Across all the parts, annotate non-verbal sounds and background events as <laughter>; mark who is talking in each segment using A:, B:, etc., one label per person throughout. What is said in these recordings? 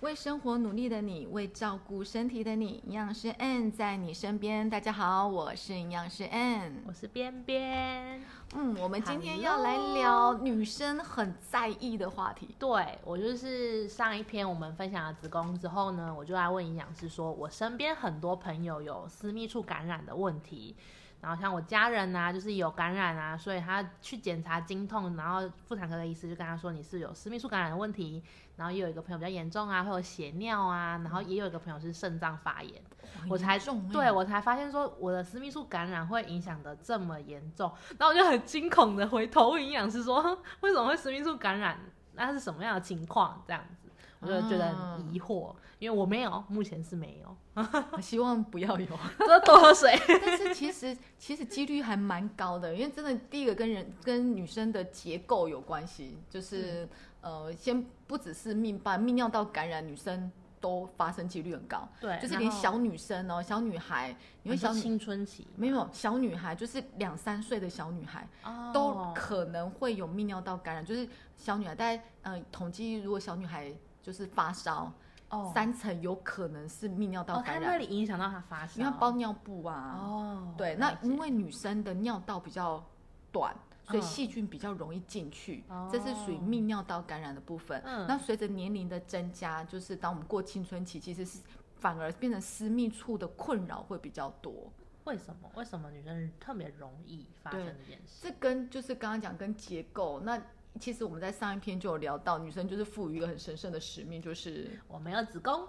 A: 为生活努力的你，为照顾身体的你，营养师 N 在你身边。大家好，我是营养师 N。
B: 我是边边。
A: 嗯，我们今天
B: Hello
A: 要来聊女生很在意的话题。
B: 对我就是上一篇我们分享了子宫之后呢，我就来问营养师说，我身边很多朋友有私密处感染的问题，然后像我家人啊，就是有感染啊，所以他去检查经痛，然后妇产科的医师就跟他说你是有私密处感染的问题，然后也有一个朋友比较严重啊，会有血尿啊，然后也有一个朋友是肾脏发炎，我才
A: 重
B: 嗯
A: 欸
B: 对啊我才发现说我的私密处感染会影响的这么严重， <laughs> 然后我就很惊恐的回头问营养师说， <laughs> 哼为什么会私密处感染？那是什么样的情况？这样子，我就觉得很疑惑，因为我没有，目前是没有， <laughs>
A: 我希望不要有。
B: 就多喝水。
A: <laughs> 但是其实其实几率还蛮高的，因为真的第一个跟人跟女生的结构有关系，就是、呃，先不只是泌把泌尿道感染，女生都发生几率很高，
B: <laughs> 对，
A: 就是
B: 然
A: 连
B: 后
A: 小女生哦，小女孩，因为
B: 你说
A: 小女
B: 青春期
A: 没有小女孩，就是两三岁的小女孩。都
B: 哦
A: 可能会有泌尿道感染，就是小女孩大概呃统计，如果小女孩就是发烧，
B: 哦
A: 三成有可能是泌尿道
B: 哦，他
A: 感
B: 那
A: 染，
B: 里影响到他发烧，
A: 因为她包尿布啊。
B: 哦，
A: 对，
B: 了
A: 那
B: 解
A: 因为女生的尿道比较短，所以
B: 嗯
A: 细菌比较容易进去，
B: 哦
A: 这是属于泌尿道感染的部分。
B: 嗯
A: 那随着年龄的增加，就是当我们过青春期，其实是反而变成私密处的困扰会比较多。
B: 为什么为什么女生特别容易发生
A: 对
B: 这件事？
A: 这跟就是刚刚讲跟结构那。其实我们在上一篇就有聊到，女生就是赋予一个很神圣的使命，
B: <laughs>
A: 就是
B: 我没有子宫，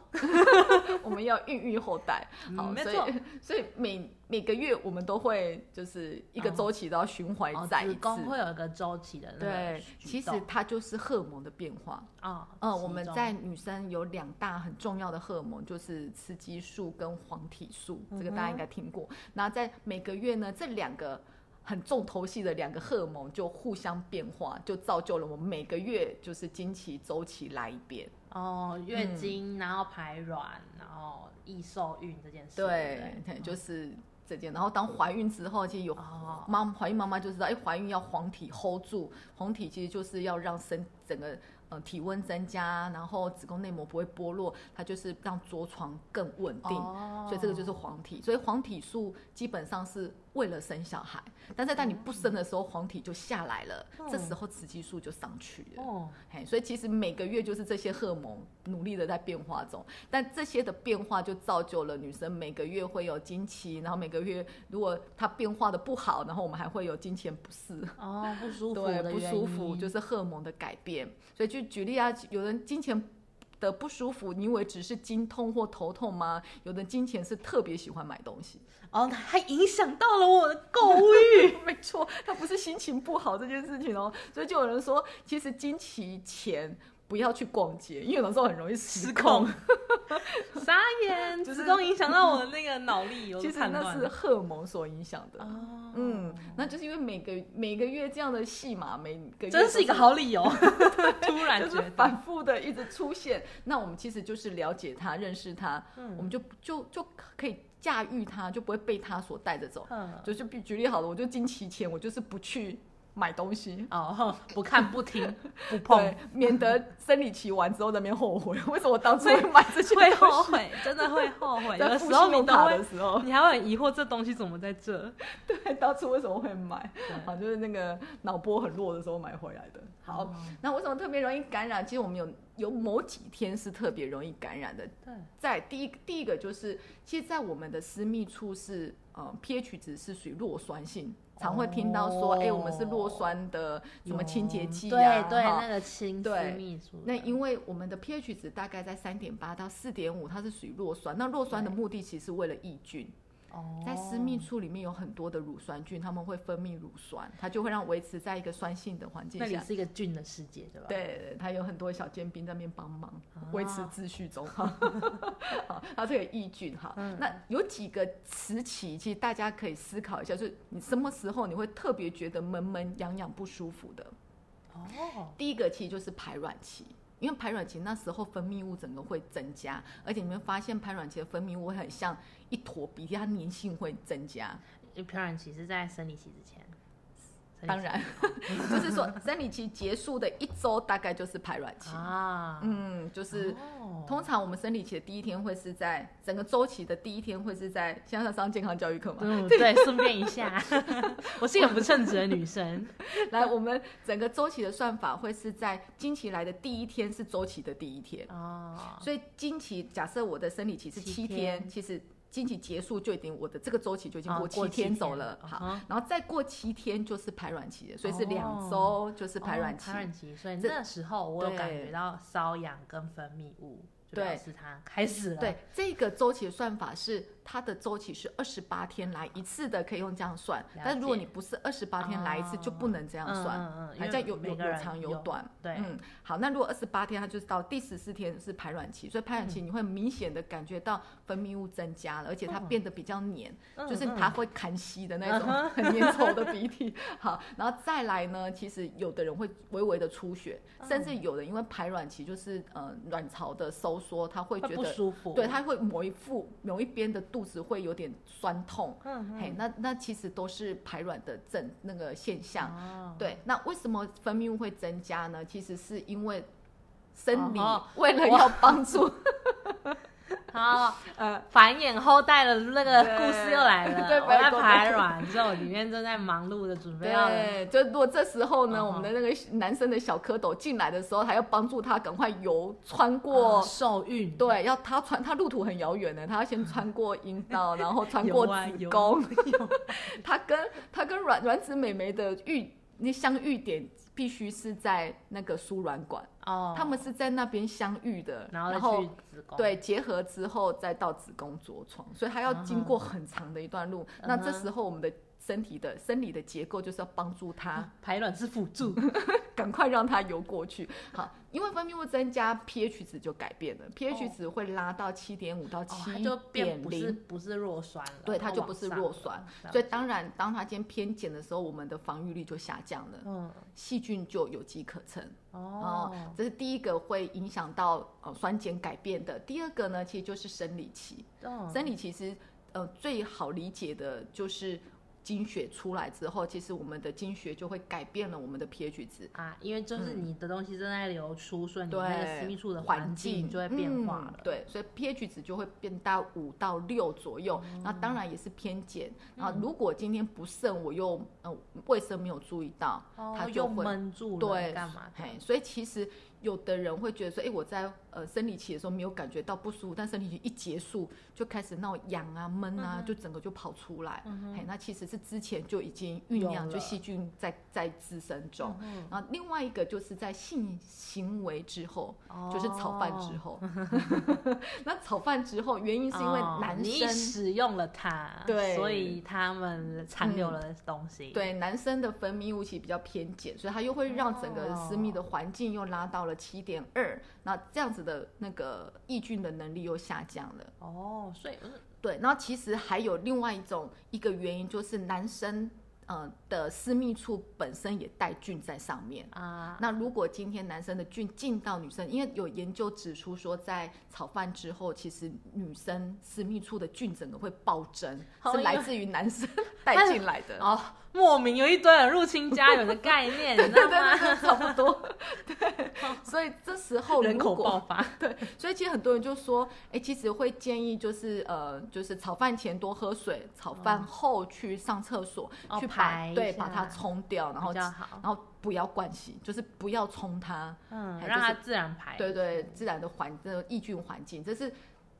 A: 我们要孕育后代。
B: 嗯
A: 好，
B: 没
A: 所以
B: 错，
A: 所以每每个月我们都会就是一个周期都要循环
B: 哦
A: 再一
B: 子
A: 次。
B: 宫会有一个周期的那个
A: 对，
B: 举
A: 其实
B: 动
A: 它就是荷尔蒙的变化。
B: 哦，
A: 嗯，
B: 其
A: 我们
B: 中
A: 在女生有两大很重要的荷尔蒙，就是雌激素跟黄体素，这个大
B: 嗯
A: 家
B: 哼
A: 应该听过。那在每个月呢，这两个很重头戏的两个荷尔蒙就互相变化，就造就了我们每个月就是经期周期来一遍。
B: 哦月
A: 嗯
B: 经，然后排卵，然后易受孕这件事，
A: 对，
B: 对
A: 对
B: 不对，
A: 就是这件。然后当怀孕之后，其实有
B: 哦
A: 妈怀孕妈妈就知道，哎，怀孕要黄体 hold 住，黄体其实就是要让身整个呃体温增加，然后子宫内膜不会剥落，它就是让着床更稳定。
B: 哦
A: 所以这个就是黄体，所以黄体素基本上是为了生小孩，但是当你不生的时候，黄体就下来了，
B: 嗯
A: 这时候雌激素就上去了。
B: 哦，
A: 嘿，所以其实每个月就是这些荷尔蒙努力的在变化中，但这些的变化就造就了女生每个月会有经期，然后每个月如果它变化的不好，然后我们还会有经前不适，
B: 哦不舒服
A: 对，
B: 的
A: 不舒服就是是荷尔蒙的改变。所以就举例啊，有人经前的不舒服，你以为只是经痛或头痛吗？有的经前是特别喜欢买东西，
B: 哦，还影响到了我的购物欲，
A: <laughs> 没错，他不是心情不好这件事情哦，所以就有人说，其实经期前不要去逛街，因为有时候很容易失控。
B: <laughs> 傻眼，
A: 就是
B: 子宫影响到我的那个脑力，有
A: 其实
B: 判
A: 那
B: 断
A: 是荷尔蒙所影响的。
B: 哦，
A: 嗯，那就是因为每个每个月这样的戏码，每个月
B: 真是一个
A: 都
B: 好理 <laughs> 由，突然
A: 就
B: 觉
A: 是
B: 得
A: 反复的一直出现。那我们其实就是了解它、认识它，
B: 嗯
A: 我们就就就可以驾驭它，就不会被它所带着走。
B: 嗯
A: 就是比举例好了，我就经期前我就是不去买东西，
B: 哦，不看不听不碰
A: 对。，免得生理期完之后在那边后悔， <laughs> 为什么我当初会买这些东
B: <laughs> 会
A: 西？
B: 后悔，真的会后悔。有
A: 在
B: 的
A: 付
B: 时候
A: 信用
B: 你都
A: 卡
B: 会
A: 的时候， <laughs>
B: 你还会很疑惑这东西怎么在这？
A: 对，当初为什么会买？
B: 对
A: 啊，就是那个脑波很弱的时候买回来的。好，
B: 哦
A: 那为什么特别容易感染？其实我们有有某几天是特别容易感染的。
B: 对，
A: 在第一第一个就是，其实，在我们的私密处是呃 pH 值是属于弱酸性，常会听到说，
B: 哦
A: 哎、我们是弱酸的什么清洁剂
B: 对
A: 啊，
B: 对，
A: 哈
B: 那个清私
A: 对
B: 密处的，
A: 那因为我们的 pH 值大概在三点八到四点五，它是属于弱酸。那弱酸的目的其实是为了抑菌，
B: 哦
A: 在私密处里面有很多的乳酸菌，它们会分泌乳酸，它就会让维持在一个酸性的环境
B: 那里
A: 下。
B: 是一个菌的世界，对吧？，
A: 对，它有很多小尖兵在那边帮忙维持
B: 啊
A: 秩序
B: <laughs>
A: 中。好，它这个抑菌哈。
B: 嗯
A: 那有几个时期，其实大家可以思考一下，就是你什么时候你会特别觉得闷闷痒痒不舒服的？
B: 哦，
A: 第一个其实就是排卵期，因为排卵期那时候分泌物整个会增加，而且你们发现排卵期的分泌物会很像一坨鼻涕，它粘性会增加。
B: 因为漂染期是在生理期之前，
A: 当然， <laughs> 就是说生理期结束的一周大概就是排卵期。
B: 啊，
A: 嗯，就是
B: 哦
A: 通常我们生理期的第一天会是在整个周期的第一天会是在现在上健康教育课嘛？
B: 嗯，对，顺便一
A: <laughs>
B: 下，我是一个不称职的女生。
A: 来，我们整个周期的算法会是在经期来的第一天是周期的第一天，
B: 哦，
A: 所以经期假设我的生理期是
B: 七
A: 七
B: 天
A: 天，其实经期结束就已经我的这个周期就已经过
B: 哦过
A: 七
B: 七
A: 天
B: 天
A: 走了
B: 了，
A: 好
B: 嗯哼，
A: 然后再过七天就是排卵期了，所以是
B: 哦
A: 两周就是排卵
B: 哦
A: 期
B: 排。卵期，所以
A: 这
B: 那时候我有感
A: 对
B: 觉到瘙痒跟分泌物，就
A: 对
B: 表示它开始了。
A: 对，这个周期的算法是它的周期是二十八天来一次的，可以用这样算
B: 了。
A: 但如果
B: 解
A: 你不是二十八天来一次，就不能这样
B: 嗯
A: 算。
B: 嗯嗯，因
A: 还
B: 为
A: 在有
B: 每
A: 有
B: 个
A: 有
B: 人
A: 长有
B: 有，
A: 短，
B: 对
A: 嗯，好，那如果二十八天，它就是到第十四天是排卵期，所以排卵期你会明显的感觉到分泌物增加了，而且它
B: 嗯
A: 变得比较黏，
B: 嗯
A: 就是
B: 嗯
A: 它会痰稀的那种 <laughs> 很粘稠的鼻涕。好，然后再来呢，其实有的人会微微的出血，
B: 嗯
A: 甚至有的因为排卵期就是呃卵巢的收缩，他会
B: 会
A: 觉
B: 不
A: 得。
B: 舒服。
A: 对，，他会某一副某一边的肚子会有点酸痛，
B: 嗯
A: 嘿，那那其实都是排卵的症那个现象。
B: 哦，
A: 对，那为什么分泌物会增加呢？其实是因为生理
B: 哦
A: 为了要帮
B: <laughs>
A: 助
B: 好，
A: 呃，
B: 繁衍后代的那个故事又来了。
A: 对对
B: 我在
A: 没错
B: 排卵之后，里面正在忙碌的准备要
A: 对，就如果这时候呢，
B: 嗯哼
A: 我们的那个男生的小蝌蚪进来的时候，还要帮助他赶快游穿过。
B: 啊受孕，
A: 对，要他穿，他路途很遥远的，他要先穿过阴
B: <laughs>
A: 道，然后穿过
B: 有啊
A: 子
B: 有
A: 宫。他跟他跟卵卵子美眉的遇那相遇点必须是在那个输卵管，
B: <laughs> 哦，
A: 他们是在那边相遇的，
B: 然后再去子宫，
A: 对，结合之后再到子宫着床，所以它要经过很长的一段
B: 嗯
A: 路。那这时候我们的身体的生理的结构就是要帮助
B: <laughs>
A: 它
B: 排卵是辅助，
A: 哦赶快让它游过去。好，因为分泌物增加，pH 值就改变了
B: 哦
A: ，pH 值会拉到七点五到
B: 哦
A: 七
B: 它就变
A: 点
B: 不是
A: 零。
B: 不是弱酸了，
A: 对，它就
B: 往
A: 不是
B: 上
A: 弱
B: 了
A: 酸，
B: 这样
A: 所以当然，当它今天偏减的时候，我们的防御力就下降了，
B: 嗯，
A: 细菌就有机可乘。哦
B: 哦，，
A: 这是第一个会影响到呃酸碱改变的。第二个呢，其实就是生理期。
B: 嗯
A: 生理其实呃最好理解的就是经血出来之后，其实我们的经血就会改变了我们的 pH 值。
B: 啊，因为就是
A: 嗯
B: 你的东西正在流出，所以你
A: 对，
B: 嗯那个私密处的
A: 环
B: 境就会变化
A: 嗯
B: 了。
A: 对，所以 pH 值就会变到五到六左右，
B: 嗯
A: 那当然也是偏碱。啊、如果今天不慎我又呃卫生没有注意到，
B: 哦，
A: 嗯它就
B: 又
A: 会
B: 闷住了，
A: 对
B: 干嘛的？
A: 嘿，所以其实有的人会觉得说，哎、我在呃生理期的时候没有感觉到不舒服，但生理期一结束就开始那种痒啊、闷啊，
B: 嗯
A: 就整个就跑出来。嘿，那其实是之前就已经酝酿，
B: 有
A: 就
B: 了嗯
A: 细菌在在滋生中。然后另外一个就是在性行为之后，就是炒饭之后。 <laughs> 那炒饭之后，原因是因为
B: 哦
A: 男
B: 你
A: 生、
B: 使用了它，
A: 对嗯
B: 所以他们残留了东西。，
A: 对，男生的分泌物其实比较偏碱，所以它又会让整个私密的环境又拉到了七点二，那这样子的那个抑菌的能力又下降了。
B: 哦，所以
A: 对，然后其实还有另外一种一个原因就是男生呃的私密处本身也带菌在上面。
B: 啊，
A: 那如果今天男生的菌进到女生，因为有研究指出说，在炒饭之后，其实女生私密处的菌整个会暴增，
B: 哦
A: 是来
B: 因为
A: 自于男生 <laughs> 带进来的。
B: 哦，莫名有一堆人入侵家园的概
A: <laughs>
B: <laughs> 念，你知道吗？
A: 差不多。 <laughs> 对，所以这时候
B: 人口
A: 如
B: 爆
A: 果
B: 发，
A: 对，所以其实很多人就说，哎、其实会建议就是呃，就是炒饭前多喝水，炒饭后去上厕所，
B: 哦
A: 去
B: 排
A: 把
B: 一
A: 对
B: 下
A: 把它冲掉，然后
B: 比较好
A: 然后不要灌洗，就是不要冲它，
B: 嗯，
A: 还
B: 让
A: 就是
B: 它自然排。
A: 对对，自然的环那个抑菌环境，这是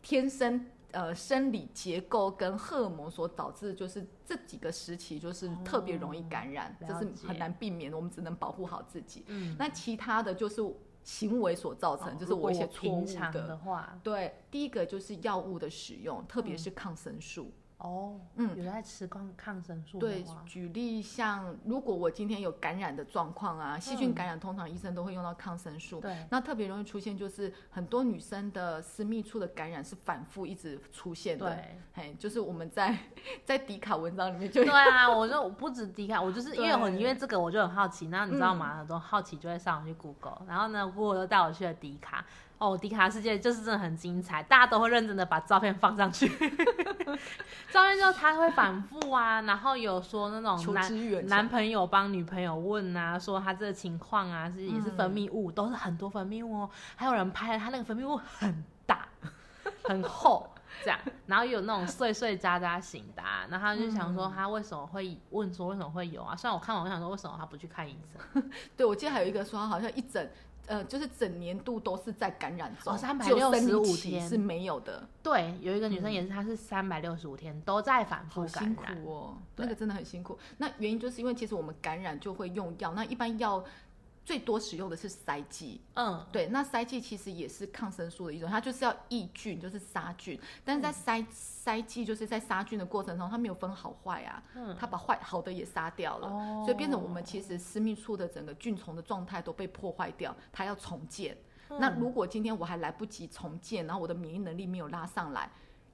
A: 天生。呃，生理结构跟荷尔蒙所导致，就是这几个时期就是特别容易感染，
B: 哦
A: 这
B: 了
A: 是
B: 解
A: 很难避免的，我们只能保护好自己。
B: 嗯，
A: 那其他的就是行为所造成，就是
B: 哦如果
A: 我一些错误
B: 平常的嗯话，
A: 对，第一个就是药物的使用，特别是抗生素。
B: 哦，
A: 嗯
B: 有在吃抗抗生素的
A: 对
B: 话，，
A: 举例像如果我今天有感染的状况啊，细菌感染通常医生都会用到抗生素。
B: 嗯对，
A: 那特别容易出现就是很多女生的私密处的感染是反复一直出现的，
B: 对。
A: 嘿，就是我们在 <laughs> 在迪卡文章里面就
B: 对啊，我就我不止低卡，我就是因为我
A: 对嗯
B: 因为这个我就很好奇，那你知道吗？很多好奇就会上网去 Google，然后呢，Google 又带我去了迪卡。哦，迪卡世界就是真的很精彩，大家都会认真的把照片放上去， <laughs> 照片就他会反复啊，然后有说那
A: 求
B: 种男
A: 知远
B: 男朋友帮女朋友问啊，说他这个情况啊是也是分泌物，都是很多分泌物哦，还有人拍他那个分泌物很
A: <laughs>
B: 大很厚。这样，然后有那种碎碎渣渣型的、啊，然后他就想说他为什么会问说为什么会有啊？虽然我看完我想说为什么他不去看医生，
A: 对，我记得还有一个说，好像一整呃，就是整年度都是在感染中，
B: 哦365
A: 只有生理期
B: 天
A: 是没有的，
B: 对，有一个女生也是，她是三百六十五天都在反复
A: 好
B: 感
A: 辛
B: 染，
A: 苦哦，
B: 对
A: 那个真的很辛苦。那原因就是因为其实我们感染就会用药，那一般药最多使用的是塞剂，
B: 嗯，
A: 对，那塞剂其实也是抗生素的一种，它就是要抑菌，就是杀菌。但是
B: 嗯
A: 在塞、塞剂就是在杀菌的过程中，它没有分好坏啊，
B: 嗯
A: 它把坏好的也杀掉了，
B: 哦
A: 所以变成我们其实私密处的整个菌虫的状态都被破坏掉，它要重建。
B: 嗯
A: 那如果今天我还来不及重建，然后我的免疫能力没有拉上来，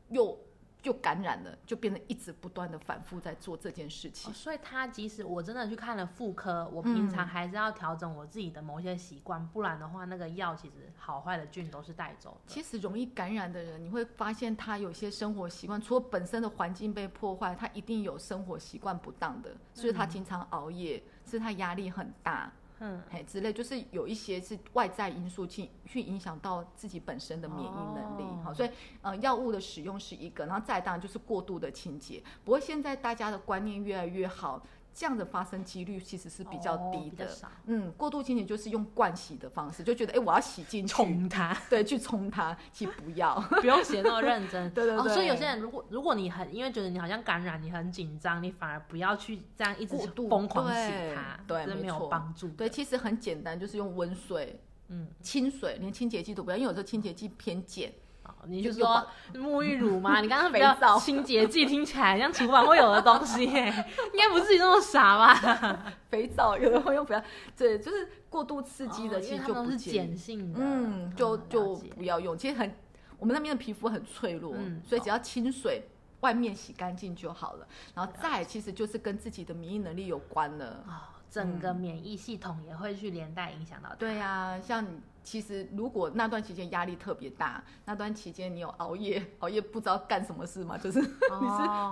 A: 又又感染了，就变成一直不断的反复在做这件事情
B: 哦。所以他即使我真的去看了妇科，我平常还是要调整我自己的某些习惯，不然的话，那个药其实好坏的菌都是带走的。
A: 其实容易感染的人，你会发现他有些生活习惯，除了本身的环境被破坏，他一定有生活习惯不当的，所以他经常熬夜，是他压力很大，
B: 嗯，
A: 哎之类，就是有一些是外在因素去去影响到自己本身的免疫能力。
B: 哦
A: 好，所以呃，药物的使用是一个，然后再当然就是过度的清洁。不过现在大家的观念越来越好，这样的发生几率其实是比较
B: 哦
A: 低
B: 比较
A: 的。
B: 少
A: 嗯，过度清洁就是用灌洗的方式，就觉得哎、诶我要洗进去，
B: <laughs> 它，
A: 对，去冲它，其实不要。
B: 不用写那么认真。
A: 对对
B: 哦，
A: 对
B: 所以有些人如果如果你很因为觉得你好像感染，你很紧张，你反而不要去这样一直
A: 过度
B: 疯狂洗
A: 对
B: 它，
A: 对
B: 真的
A: 没
B: 没有
A: 错
B: 帮助的。
A: <laughs> 对，其实很简单，就是用温水、
B: 嗯，
A: 清水，连清洁剂都不要，因为有时候清洁剂偏碱。
B: 哦你是
A: 就有
B: 说沐浴
A: <laughs>
B: 乳吗？你刚刚比
A: 肥
B: 较
A: 皂
B: 清洁剂，听起来像厨房会有的东西耶， <laughs> 应该不至于那么傻吧？
A: 肥皂有的会用不要，对，就是过度刺激
B: 哦
A: 的，
B: 因
A: 其
B: 为
A: 实
B: 它
A: 就
B: 们
A: 不
B: 都是
A: 建
B: 碱
A: 议。
B: 性的，
A: 嗯，就
B: 了
A: 就
B: 解
A: 不要用。其实很，我们那边的皮肤很脆弱，
B: 嗯
A: 所以只要清水。外面洗干净就好了，然后再其实就是跟自己的免疫能力有关了。
B: 哦，整
A: 嗯
B: 个免疫系统也会去连带影响到它。
A: 对呀、像你其实如果那段期间压力特别大，那段期间你有熬夜，熬夜不知道干什么事嘛，就是
B: 哦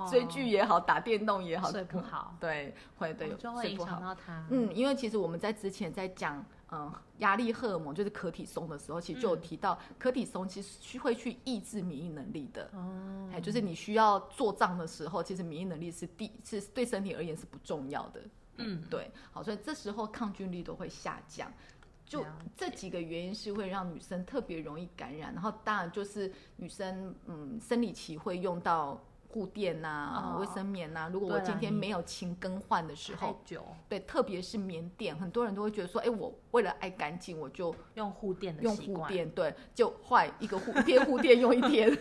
A: 你是追剧也好，打电动也好，
B: 睡不
A: <laughs>
B: 好，
A: 对，会对
B: 哦，就会
A: 睡
B: 影
A: 不
B: 响
A: 好。
B: 到它。
A: 嗯，因为其实我们在之前在讲，嗯，压力荷尔蒙就是可体松的时候，其实就有
B: 嗯
A: 提到，可体松其实是会去抑制免疫能力的。
B: 哦，
A: 哎，就是你需要做账的时候，其实免疫能力是第是对身体而言是不重要的。
B: 嗯，
A: 对，好，所以这时候抗菌力都会下降。就
B: 了
A: 这几个原因是会让女生特别容易感染，然后当然就是女生嗯生理期会用到护垫呐、
B: 哦
A: 卫生棉呐、如果我
B: 对啦
A: 今天
B: 你
A: 没有勤更换的时
B: 太
A: 候，
B: 久
A: 对，特别是棉垫，很多人都会觉得说，哎，我为了爱干净，我就
B: 用护垫的
A: 用
B: 习
A: 护
B: 惯，
A: 垫，对，就坏一个护一天护垫用一天，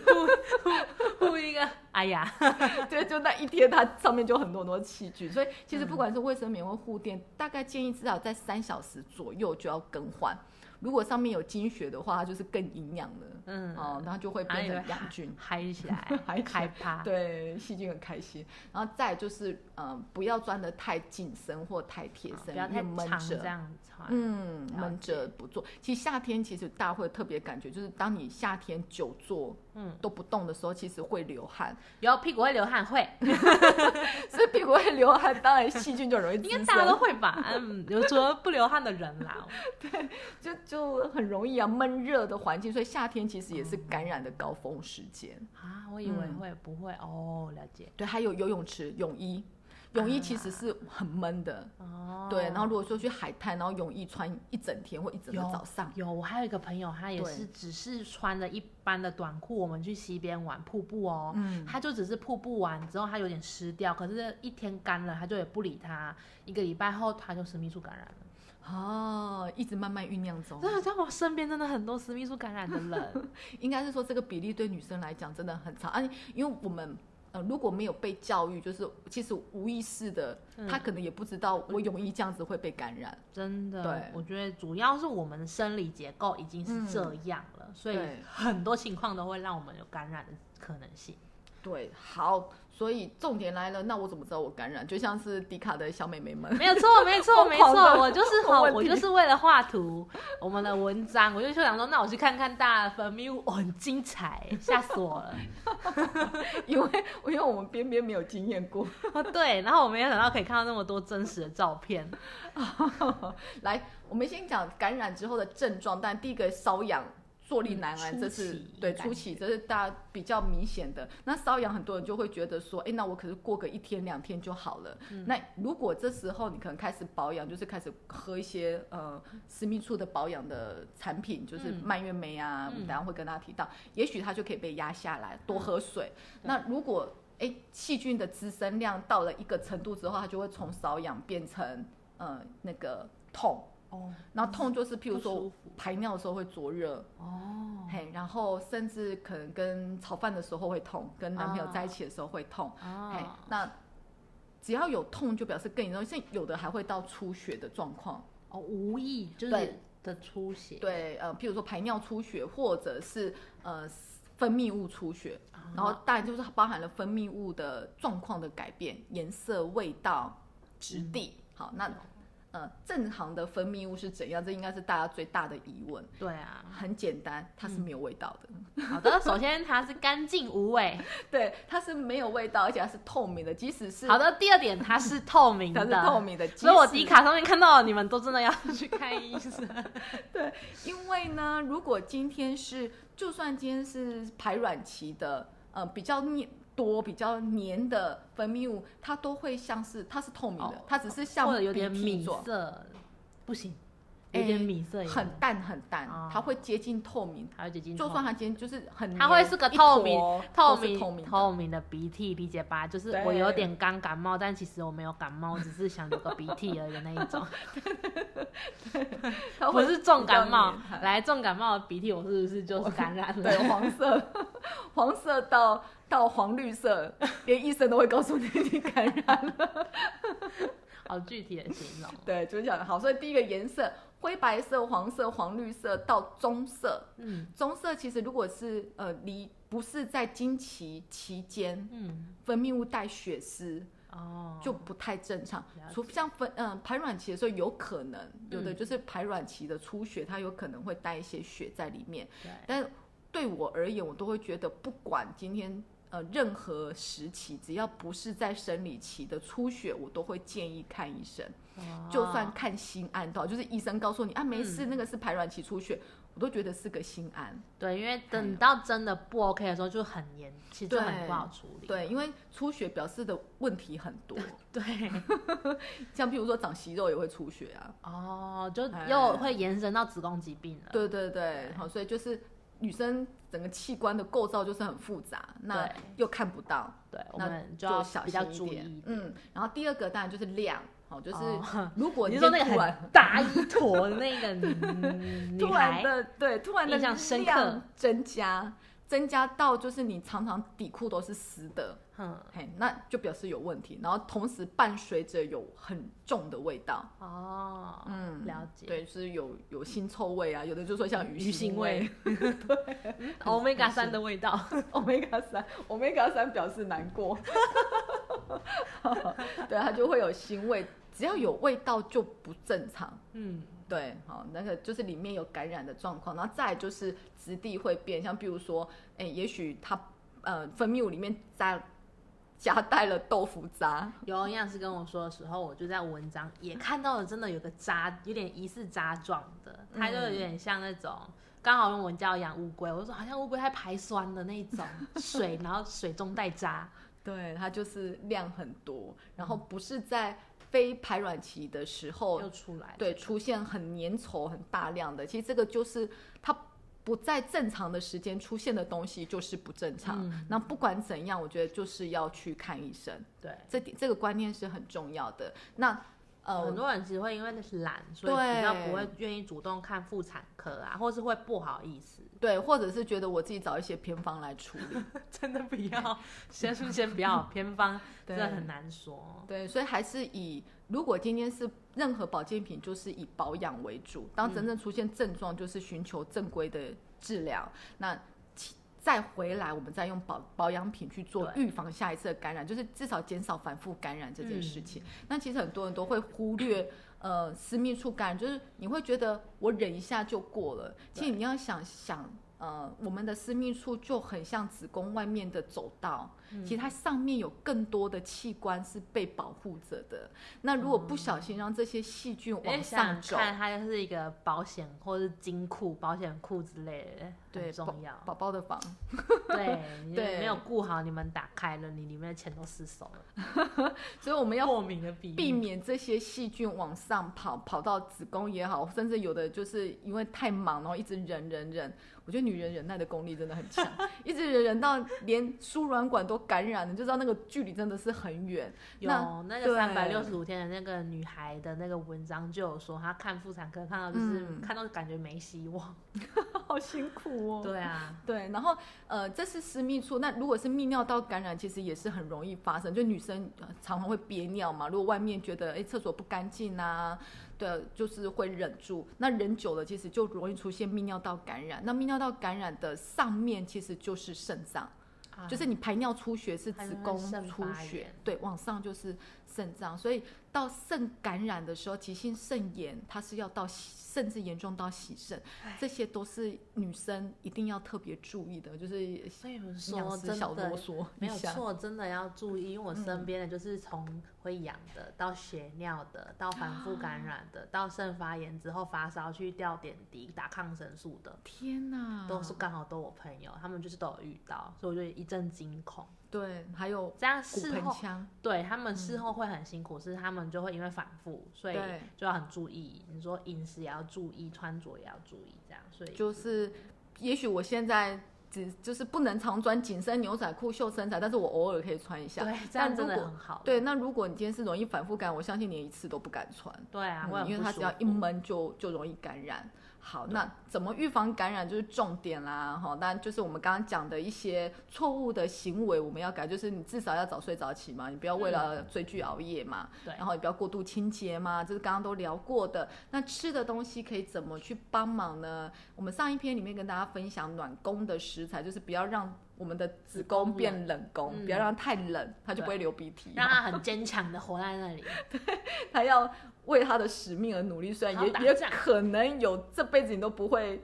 B: 护一个，哎呀，
A: <laughs> 对，就那一天它上面就很多很多器具，所以其实不管是卫生棉或护垫，大概建议至少在三小时左右就要更换。如果上面有经血的话，它就是更营养了，
B: 嗯，
A: 哦，然后就会
B: 然后
A: 变
B: 也会
A: 成
B: 嗨
A: 养
B: <laughs>
A: 菌。，
B: 嗨起来
A: <laughs> 嗨起来
B: 开趴，
A: 对，细菌很开心。然后再就是，嗯、不要穿的太紧身或太贴
B: 啊
A: 身，
B: 不要
A: 因
B: 太
A: 为闷
B: 长
A: 着
B: 这。样穿。
A: 嗯，
B: 了
A: 闷着不做。其实夏天其实大家会特别感觉，就是当你夏天久坐，
B: 嗯
A: 嗯，都不动的时候，其实会流汗，
B: 然后屁股会流汗，
A: <laughs>
B: 会，
A: 所以屁股会流汗，当然细菌就容易滋
B: 应该
A: 生，
B: 大家都会吧？嗯，有除了不流汗的人啦，
A: <laughs> 就就很容易啊，闷热的环境，所以夏天其实也是感染的高峰时间。
B: 啊，我以
A: 嗯
B: 为会不会哦，了解
A: 对，还有游泳池、泳衣，泳衣其实是很闷的，
B: 哦，
A: 对。然后如果说去海滩，然后泳衣穿一整天或一整个
B: 有
A: 早上，
B: 有，我还有一个朋友，他也
A: 对
B: 是只是穿着一般的短裤，我们去溪边玩瀑布哦，
A: 嗯
B: 他就只是瀑布完之后他有点湿掉，可是一天干了，他就也不理他，一个礼拜后他就私密处感染了。
A: 哦，一直慢慢酝酿中。
B: 真的，像我身边真的很多私密处感染的 <laughs> 人，
A: 应该是说这个比例对女生来讲真的很长，啊，因为我们。呃，如果没有被教育，就是其实无意识的，她可能也不知道我泳衣这样子会被感染。
B: 真的
A: 对，
B: 我觉得主要是我们的生理结构已嗯经是这样了，所以
A: 对
B: 很多情况都会让我们有感染的可能性。
A: 对，好，所以重点来了，那我怎么知道我感染？就像是迪卡的小美眉们， <laughs>
B: 没有错，没错，没
A: 疯狂
B: 错，
A: 的
B: 我就是好，
A: 问
B: 我
A: 题
B: 就是为了画图，我们的文章，我就想说，那我去看看大家的分泌物，哦，很精彩，吓死我了。
A: <laughs> 因为因为我们边边没有经验过。
B: 哦，对，然后我没有想到可以看到那么多真实的照片，
A: 来，我们先讲感染之后的症状，但第一个瘙痒。坐立难安，
B: 嗯
A: 这
B: 初
A: 是
B: 期
A: 对
B: 感
A: 初期，这是大家比较明显的。那瘙痒，很多人就会觉得说，哎，那我可是过个一天两天就好了。
B: 嗯
A: 那如果这时候你可能开始保养，就是开始喝一些呃私密处的保养的产品，就是
B: 嗯
A: 蔓越莓啊，我们
B: 嗯
A: 等一下会跟大家提到，也许它就可以被压下来，多
B: 嗯
A: 喝水。
B: 对
A: 那如果哎细菌的滋生量到了一个程度之后，它就会从瘙痒变成呃那个痛。
B: 哦，
A: 然后痛就是，譬如
B: 不
A: 说
B: 舒服
A: 排尿的时候会灼热，
B: 哦，
A: 嘿，然后甚至可能跟炒饭的时候会痛，跟男朋友
B: 啊
A: 在一起的时候会痛，嘿
B: 啊，，
A: 那只要有痛就表示更严重，像有的还会到出血的状况，
B: 哦，无意就是
A: 对
B: 的出血，
A: 对，呃，譬如说排尿出血或者是呃分泌物出血，
B: 啊，
A: 然后当然就是包含了分泌物的状况的改变，颜色、味道、质
B: 嗯
A: 地。好，那呃正常的分泌物是怎样？这应该是大家最大的疑问。
B: 对啊，嗯
A: 很简单，它是没有味道的。 <laughs>
B: 好的，首先它是干净无味，
A: 对，它是没有味道，而且它是透明的，即使是
B: 好的，第二点它是透明
A: 它
B: 的，
A: 是透明的。
B: 所以我
A: 即
B: 迪
A: 使
B: 卡上面看到的你们都真的要 <laughs> 去看医生。
A: 对，因为呢，如果今天是，就算今天是排卵期的，呃，比较黏多、比较黏的分泌物，它都会像是它是透明的，
B: 哦
A: 它只是像
B: 或者有点
A: 鼻涕
B: 米
A: 状
B: 色，不行，
A: 哎
B: 有点米色也不行，
A: 很淡很淡，
B: 哦
A: 它会接近透明。
B: 还有酒精
A: 就
B: 痛，
A: 算它今天就是很黏，
B: 它会是个
A: 一
B: 透明
A: 坨
B: 透
A: 都是
B: 明
A: 透明的
B: 透明的鼻涕，理解吧？就是
A: 对
B: 我有点刚感冒，但其实我没有感冒，只是想流个鼻涕而已的那一
A: <laughs>
B: 种，
A: 它
B: 不
A: 会
B: 是重感冒
A: 比较黏。
B: <laughs> 来，重感冒的鼻涕，我是不是就是感染
A: <laughs> 对，
B: 了？
A: 黄色，黄色到到黄绿色，连医生都会告诉你你感染了。
B: <laughs> 好具体的形
A: <laughs>
B: 容，哦
A: 对，就是讲好，所以第一个颜色灰白色、黄色、黄绿色到棕色，
B: 嗯
A: 棕色其实如果是呃离不是在经期期间
B: 嗯，
A: 分泌物带血丝，
B: 哦，
A: 就不太正常
B: 了。解
A: 除像分嗯、排卵期的时候有可能有的
B: 嗯
A: 就是排卵期的出血，它有可能会带一些血在里面。
B: 对
A: 但对我而言，我都会觉得，不管今天呃任何时期，只要不是在生理期的出血，我都会建议看医生。
B: 哦
A: 就算看心安到，就是医生告诉你啊没事，
B: 嗯
A: 那个是排卵期出血，我都觉得是个心安。
B: 对，因为等到真的不 OK 的时候就很严，其实就很
A: 对
B: 不好处理。 <laughs>
A: 对，因为出血表示的问题很多，
B: 对，
A: 像譬如说长息肉也会出血啊。
B: 哦，就
A: 哎
B: 又会延伸到子宫疾病了。
A: 对对对，好，所以就是女生整个器官的构造就是很复杂，那
B: 对
A: 又看不到，
B: 对，我
A: 那
B: 们就
A: 就
B: 要
A: 小
B: 比较
A: 心
B: 注
A: 一
B: 意
A: 点
B: 一。点。
A: 嗯，然后第二个当然就是量，好，就是
B: <laughs> 哦
A: <laughs> 如果
B: 你
A: 你
B: 是说那个
A: 今天突然
B: 很 <laughs> 大一坨的那个 <laughs> 女
A: 突然
B: 孩？
A: 的对突然的
B: 印象深刻
A: 量增加，增加到就是你常常底裤都是湿的，
B: 嗯，
A: 嘿，那就表示有问题，然后同时伴随着有很重的味道。
B: 哦，
A: 嗯
B: 了解。
A: 对，就是有有腥臭味啊，有的就说像鱼
B: 鱼腥
A: 腥味
B: 嗯 <laughs> ，Omega 三的味道。
A: <laughs> ，omega 三，omega 三表示难过， <laughs> 对，它就会有腥味，只要有味道就不正常。
B: <laughs> 嗯，
A: 对，好，那个就是里面有感染的状况，然后再来就是质地会变，像比如说，哎、也许它呃分泌物里面加夹带了豆腐渣，
B: 有营养师跟我说的时候，我就在文章也看到了，真的有个渣，有点疑似渣状的，它就有点像那种。刚好用文教养乌龟，我就说好像乌龟还排酸的那一种 <laughs> 水，然后水中带渣，
A: 对，它就是量很多，然后不是在非排卵期的时候，
B: 又出来。
A: 对，出现很粘稠、很大量的，其实这个就是它不在正常的时间出现的东西就是不正常。
B: 嗯
A: 那不管怎样，我觉得就是要去看医生，
B: 对，
A: 这点这个观念是很重要的。那呃，
B: 很多人其实会因为懒，所以
A: 对
B: 比较不会愿意主动看妇产科啊，或是会不好意思。
A: 对，或者是觉得我自己找一些偏方来处理。
B: <laughs> 真的不 <laughs> 要，先先不要偏 <laughs> 方，
A: 对
B: 真的很难说。
A: 对，所以还是以如果今天是任何保健品，就是以保养为主。当真正出现症状，就是寻求正规的治疗。那其再回来我们再用保保养品去做
B: 对
A: 预防下一次的感染，就是至少减少反复感染这件事情。那其实很多人都会忽略。呃，私密处感染就是你会觉得我忍一下就过了，其实你要想想，呃，我们的私密处就很像子宫外面的走道，其实它上面有更多的器官是被保护着的。那如果不小心让这些细菌往上
B: 往上
A: 走，
B: 看它就是一个保险或是金库、保险库之类的，
A: 对
B: 很重要。 <laughs>
A: 宝宝的房，
B: 对，你
A: 对
B: 没有顾好，你们打开了，你里面的钱都失手了，
A: 所以我们要
B: 莫名的比
A: 避免这些细菌往上跑，跑到子宫也好，甚至有的就是因为太忙，然后一直忍忍忍。我觉得女人忍耐的功力真的很 <laughs> 强，一直忍忍到连输卵管都感染了，你就知道那个距离真的是很远。
B: 有
A: 那
B: 那个
A: 对
B: 三百六十五天的那个女孩的那个文章就有说，她看妇产科看到就是、
A: 嗯
B: 看到感觉没希 <laughs> 望。
A: 好辛苦哦。
B: 对啊，
A: 对，然后呃，这是私密处。那如果是泌尿道感染，其实也是很容易发生。就女生呃常常会憋尿嘛，如果外面觉得哎厕所不干净啊，对，就是会忍住。那忍久了，其实就容易出现泌尿道感染。那泌尿道感染的上面其实就是肾脏，
B: 啊
A: 就是你排尿出血是
B: 它
A: 子
B: 就会
A: 宫
B: 肾
A: 出
B: 发
A: 血
B: 炎，
A: 对，往上就是肾脏。所以到肾感染的时候，急性肾炎它是要到甚至严重到洗肾。
B: 唉
A: 这些都是女生一定要特别注意的，就是
B: 所以有人
A: 营
B: 说
A: 养师
B: 真
A: 小啰
B: 的
A: 嗦一
B: 没有
A: 下。嗯
B: 错，真的要注意，因为我身边的就是从会痒的到血尿的，到反复
A: 啊
B: 感染的，到肾发炎之后发烧去吊点滴、打抗生素的，
A: 天哪，
B: 都是刚好都我朋友，他们就是都有遇到，所以我就一阵惊恐。
A: 对，还有
B: 这样
A: 骨
B: 事
A: 盆
B: 后
A: 腔，
B: 对他们事后会很辛苦，是他们就会因为反复，所以
A: 对
B: 就要很注意。你说饮食也要注意，穿着也要注意，这样。所以
A: 就是也许我现在只就是不能常穿紧身牛仔裤秀身材，但是我偶尔可以穿一下。
B: 对，这
A: 但
B: 样真
A: 如
B: 的
A: 果
B: 很好。
A: 对，那如果你今天是容易反复感染，我相信你一次都不敢穿。
B: 对啊，会
A: 嗯
B: 很
A: 因为
B: 不
A: 它
B: 舒
A: 只要
B: 服
A: 一闷就就容易感染。好，那怎么预防感染就是重点啦，哈，当然就是我们刚刚讲的一些错误的行为，我们要改，就是你至少要早睡早起嘛，你不要为了追剧熬夜嘛，
B: 嗯对
A: 然后也不要过度清洁嘛，这是刚刚都聊过的。那吃的东西可以怎么去帮忙呢？我们上一篇里面跟大家分享暖宫的食材，就是不要让我们的子宫
B: 宫
A: 变冷宫，
B: 嗯
A: 不要让它太冷，它就不会流鼻涕嘛，
B: 让他很坚强的活在那里。
A: 他要为他的使命而努力，虽然
B: 好打
A: 也也
B: 仗
A: 可能有这辈子你都不会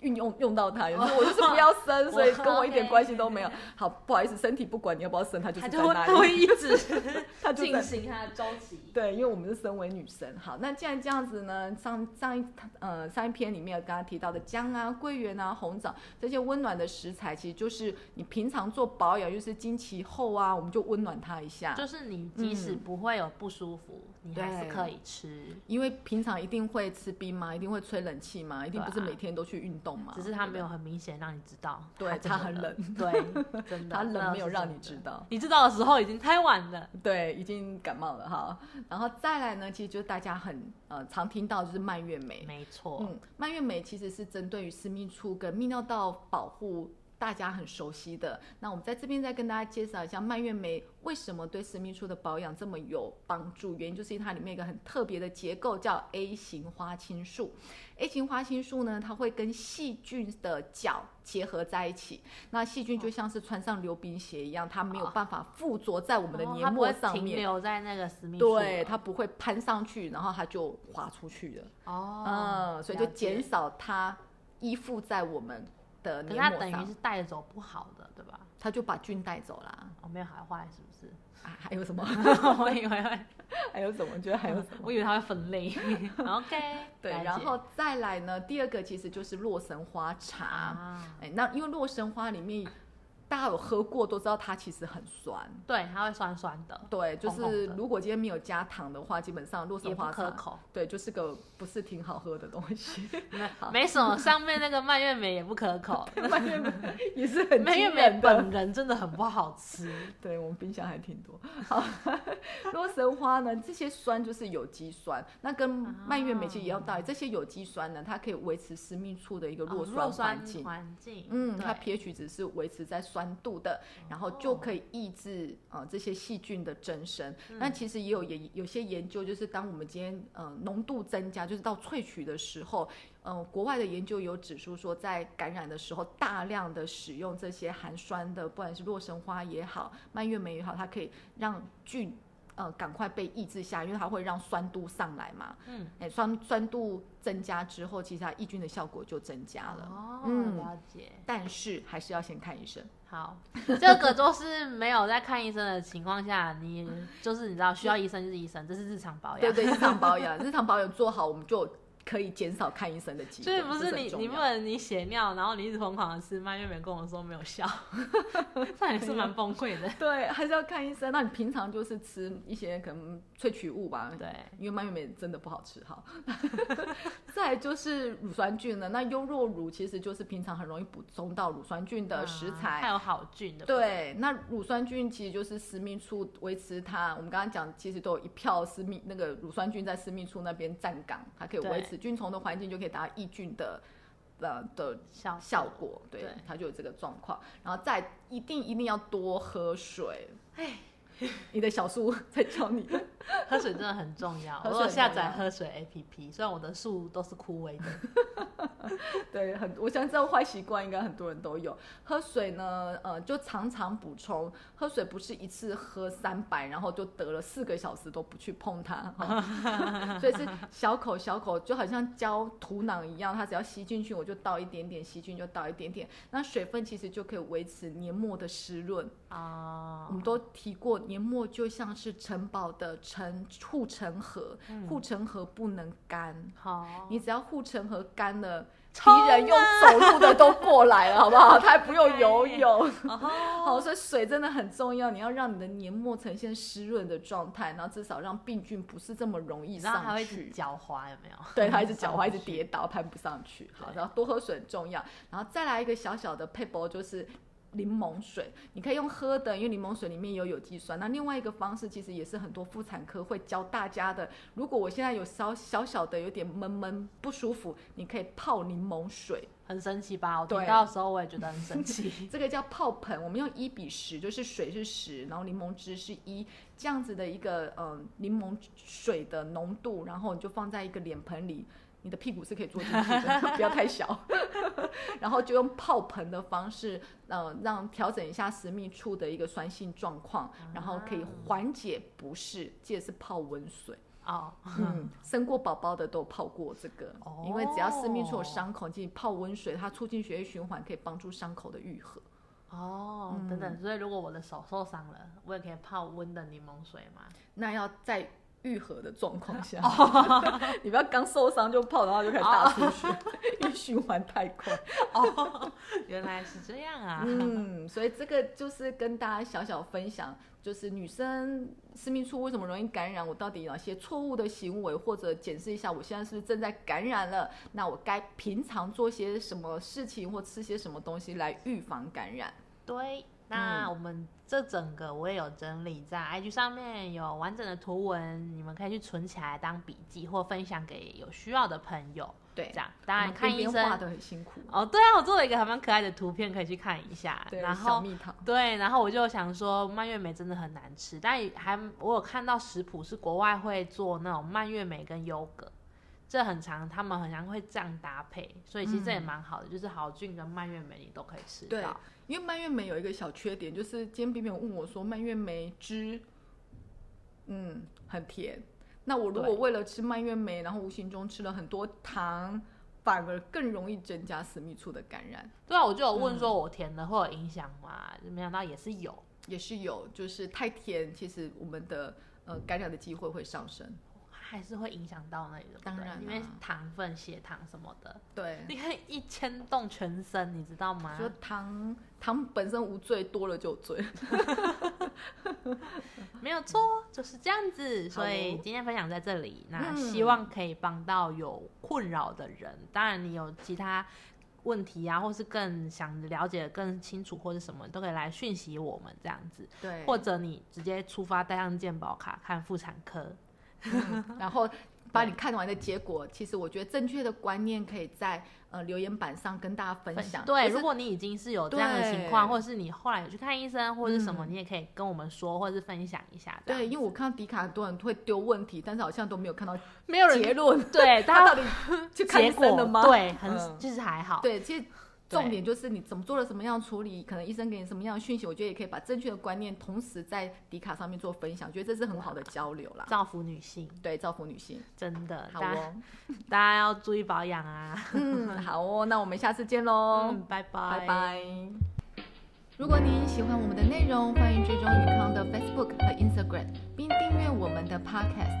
A: 运用用到它。有时候我就是
B: <laughs>
A: 不要生，所以跟我一点关系都没有。好，不好意思，身体不管你要不要生，它就是
B: 他
A: 在
B: 就会
A: 那
B: 他
A: 里，
B: 会一直
A: 它就
B: 进
A: 在。
B: 行 <laughs> 他的周期。
A: 对，因为我们是身为女生，好，那既然这样子呢，上上一呃上一篇里面有刚刚提到的姜啊、桂圆啊、红枣这些温暖的食材，其实就是你平常做保养，就是经期后啊，我们就温暖它一下。
B: 就是你即使不会有不舒服，你还
A: 嗯对
B: 是可以吃，
A: 因为平常一定会吃冰嘛，一定会吹冷气嘛，一定不是
B: 对啊
A: 每天都去运动嘛。
B: 只是他没有很明显让你知道。
A: 对
B: 真
A: 他
B: 的
A: 很冷， <laughs>
B: 对，真的
A: 他
B: 那
A: 冷没有
B: 是
A: 让
B: 真
A: 你知
B: 的
A: 道，
B: 你知道的时候已经太晚了。
A: 对，已经感冒了哈。然后再来呢，其实就是大家很呃常听到就是蔓越莓，
B: 没错，
A: 嗯，蔓越莓其实是针对于私密处跟泌尿道保护。大家很熟悉的，那我们在这边再跟大家介绍一下蔓越莓为什么对私密处的保养这么有帮助，原因就是因为它里面有一个很特别的结构叫 A 型花青素。A 型花青素呢，它会跟细菌的角结合在一起，那细菌就像是穿上溜冰鞋一样，它没有办法附着在我们的
B: 哦它
A: 黏
B: 不
A: 膜
B: 会
A: 上
B: 停
A: 面，
B: 留在那个私密处了，
A: 对，它不会攀上去，然后它就滑出去了。
B: 哦，
A: 嗯，所以就
B: 了解
A: 减，少它依附在我们的
B: 可是
A: 黏
B: 它
A: 膜
B: 等于
A: 上，
B: 是带走不好的，对吧？
A: 它就把菌带走啦。
B: 哦，没有好坏是不是？
A: 啊，还有什
B: <laughs>
A: 么？ <laughs>
B: 我以为会，
A: 还有什么？觉得还有
B: <laughs>
A: 什么？
B: 我以为它会分类。OK，
A: 对，
B: 了解
A: 然后再来呢，第二个其实就是洛神花茶。
B: 啊，
A: 哎，那因为洛神花里面，大家有喝过都知道它其实很酸。
B: 对，它会酸酸的，
A: 对，就
B: 红
A: 是
B: 红的
A: 如果今天没有加糖的话，基本上洛
B: 也
A: 神
B: 不
A: 花茶，
B: 可口，
A: 对，就是个不是挺好喝的东西。
B: <laughs>
A: 哦
B: 没什么。上面那个蔓越莓也不可口，
A: 蔓越莓也是 <laughs> 很
B: 蔓越
A: 惊
B: 莓
A: 人的。
B: 本人真的很不好吃。
A: <laughs> 对我们冰箱还挺多。好， <laughs> 洛神花呢，这些酸就是有机酸，那跟蔓越莓其实一样道理。这些有机酸呢，它可以维持私密处的一个
B: 哦
A: 啊弱
B: 弱
A: 酸环
B: 酸
A: 境。
B: 环境，
A: 嗯，
B: 对
A: 它 pH 值是维持在酸酸度的，然后就可以抑制呃这些细菌的增生。那其实也有研有些研究，就是当我们今天呃浓度增加，就是到萃取的时候，呃，国外的研究有指出说，在感染的时候大量的使用这些含酸的，不管是洛神花也好，蔓越莓也好，它可以让菌。呃，赶快被抑制下，因为它会让酸度上来嘛。
B: 嗯，
A: 哎、酸酸度增加之后，其实它抑菌的效果就增加了。
B: 哦，
A: 嗯
B: 了解。
A: 但是还是要先看医生。
B: 好， <laughs> 这个就是没有在看医生的情况下，你就是你知道需要医生就是医生，这是日常保
A: <laughs>
B: 养。
A: 对对，日常保 <laughs> 养，日常保养做好，我们就可以减少看医生的机会。
B: 所以不是
A: 这
B: 你
A: 很重
B: 你
A: 要
B: 不能你血尿，然后你一直疯狂的吃蔓越莓，跟我说没有效， <laughs> 那也是蛮崩
A: <laughs>
B: 溃的。
A: 对，还是要看医生。那你平常就是吃一些可能萃取物吧，
B: 对，
A: 因为蔓越莓真的不好吃哈。 <laughs> 再来就是乳酸菌了，那优酪乳其实就是平常很容易补充到乳酸菌的食材。
B: 啊还有好菌的，，
A: 对，那乳酸菌其实就是私密处维持它，我们刚刚讲，其实都有一票私密那个乳酸菌在私密处那边站岗，它可以维
B: 对
A: 持菌虫的环境，就可以达到抑菌的呃的
B: 效
A: 效果。对，
B: 啊对
A: 它就有这个状况。然后再一定一定要多喝水，
B: 哎，
A: 你的小叔 <laughs> 在教你。
B: <laughs> 喝水真的很重要。
A: 喝
B: 我
A: 水
B: 有下
A: 很重
B: 载
A: 要
B: 喝水 APP，虽然我的树都是枯萎的，
A: 对，很我想这种坏习惯应该很多人都有。喝水呢，呃，就常常补充。喝水不是一次喝三百，然后就得了四个小时都不去碰它，哈 <laughs> 所以是小口小口，就好像浇土壤一样，它只要吸进去，我就倒一点点，吸进就倒一点点。那水分其实就可以维持黏膜的湿润。
B: 啊
A: 我，们都提过，年末就像是城堡的城护城河，护城河不能干。
B: 好，
A: 你只要护城河干了，敌
B: 冲啊
A: 人用
B: <laughs>
A: 走路的都过来了，好不好？他还不用游泳。
B: 哦
A: <laughs> 好，所以水真的很重要，你要让你的黏膜呈现湿润的状态，然后至少让病菌不是这么容易
B: 然后还
A: 上
B: 会一直
A: 去。
B: 狡猾，有没有？
A: 对，他一
B: <laughs>
A: 直脚踝一直
B: 上去
A: 跌倒，攀不上去。好，
B: 对
A: 然后多喝水很重要，然后再来一个小小的配包就是。柠檬水，你可以用喝的，因为柠檬水里面有有机酸。那另外一个方式，其实也是很多妇产科会教大家的。如果我现在有稍小小的有点闷闷不舒服，你可以泡柠檬水，
B: 很生气吧？我听
A: 对
B: 到的时候我也觉得很生气。
A: 这个叫泡盆，我们用一比十，就是水是十，然后柠檬汁是一，这样子的一个呃柠檬水的浓度，然后你就放在一个脸盆里，你的屁股是可以坐进去的，不要太小，然后就用泡盆的方式，呃，让调整一下私密处的一个酸性状况，然后可以缓解不适，记得是泡温水。 <laughs>
B: 哦，
A: 嗯，生过宝宝的都有泡过这个，因为只要私密处有
B: 哦
A: 伤口，进行泡温水，它促进血液循环，可以帮助伤口的愈合。
B: 哦，
A: 嗯
B: 等等，所以如果我的手受伤了，我也可以泡温的柠檬水嘛？
A: 那要在愈合的状况下，
B: 哦
A: <laughs> 你不要刚受伤就泡，然后就开始大出 <laughs> 血，因为循环太快。
B: 哦，原来是这样 <laughs> 啊！
A: 嗯，所以这个就是跟大家小小分享，就是女生私密处为什么容易感染，我到底有哪些错误的行为，或者检视一下我现在是不是正在感染了，那我该平常做些什么事情或吃些什么东西来预防感染。
B: <laughs> 对，
A: 嗯
B: 那我们这整个我也有整理在 IG 上面有完整的图文，你们可以去存起来当笔记或分享给有需要的朋友。
A: 对
B: 这，样当然
A: 我们
B: 看
A: 边
B: 医
A: 边画
B: 生。
A: 的很辛苦，
B: 哦，对啊，我做了一个还蛮可爱的图片，可以去看一下。
A: 对，
B: 然
A: 小
B: 后
A: 蜜糖，
B: 对，然后我就想说蔓越莓真的很难吃，但还我有看到食谱是国外会做那种蔓越莓跟优格，这很常他们很常会这样搭配，所以其实这也蛮好的，就是好菌跟蔓越莓你都可以吃
A: 对
B: 到。
A: 因为蔓越莓有一个小缺点，就是今天冰冰有问我说蔓越莓汁，嗯，很甜。那我如果
B: 对
A: 为了吃蔓越莓，然后无形中吃了很多糖，反而更容易增加私密处的感染，
B: 对啊，我就有问
A: 嗯
B: 说我甜的会有影响吗？没想到也是有，
A: 也是有，就是太甜，其实我们的呃感染的机会会上升。
B: 还是会影响到那里的，
A: 当然啊
B: 因为糖分、血糖什么的，
A: 对，
B: 你看一牵动全身，你知道吗？
A: 说糖糖本身无罪，多了就有罪。
B: 没有错，就是这样子。
A: 好哦
B: 所以今天分享在这里，那
A: 嗯
B: 希望可以帮到有困扰的人。当然，你有其他问题啊，或是更想了解得更清楚，或者什么，都可以来讯息我们这样子，
A: 对，
B: 或者你直接出发带上健保卡看妇产科。
A: 然后把你看完的结果，其实我觉得正确的观念可以在呃留言板上跟大家分享。
B: 对，
A: 就
B: 如
A: 是
B: 果你已经是有这样的情况，
A: 对
B: 或者是你后来有去看医生或者是什么，
A: 嗯
B: 你也可以跟我们说，或者是分享一下这样。
A: 对，因为我看到迪卡很多人会丢问题，但是好像都没有看到
B: 没有
A: 结论，
B: <laughs> 对
A: <laughs> 他
B: 大
A: 到
B: 家
A: 底去看医
B: 结
A: 生
B: 果
A: 了吗？
B: 对，很、
A: 嗯
B: 其实还好。
A: 对，其实重点就是你怎么做了什么样的处理，可能医生给你什么样的讯息，我觉得也可以把正确的观念同时在迪卡上面做分享，觉得这是很好的交流啦。
B: 造福女性，
A: 对，造福女性，
B: 真的，
A: 好
B: 大家、 <laughs>
A: 哦，
B: 大家要注意保养啊！
A: 嗯，好哦，那我们下次见喽。
B: 嗯，拜拜，
A: 拜。拜。如果您喜欢我们的内容，欢迎追踪宇康的 Facebook 和 Instagram，并订阅我们的 Podcast。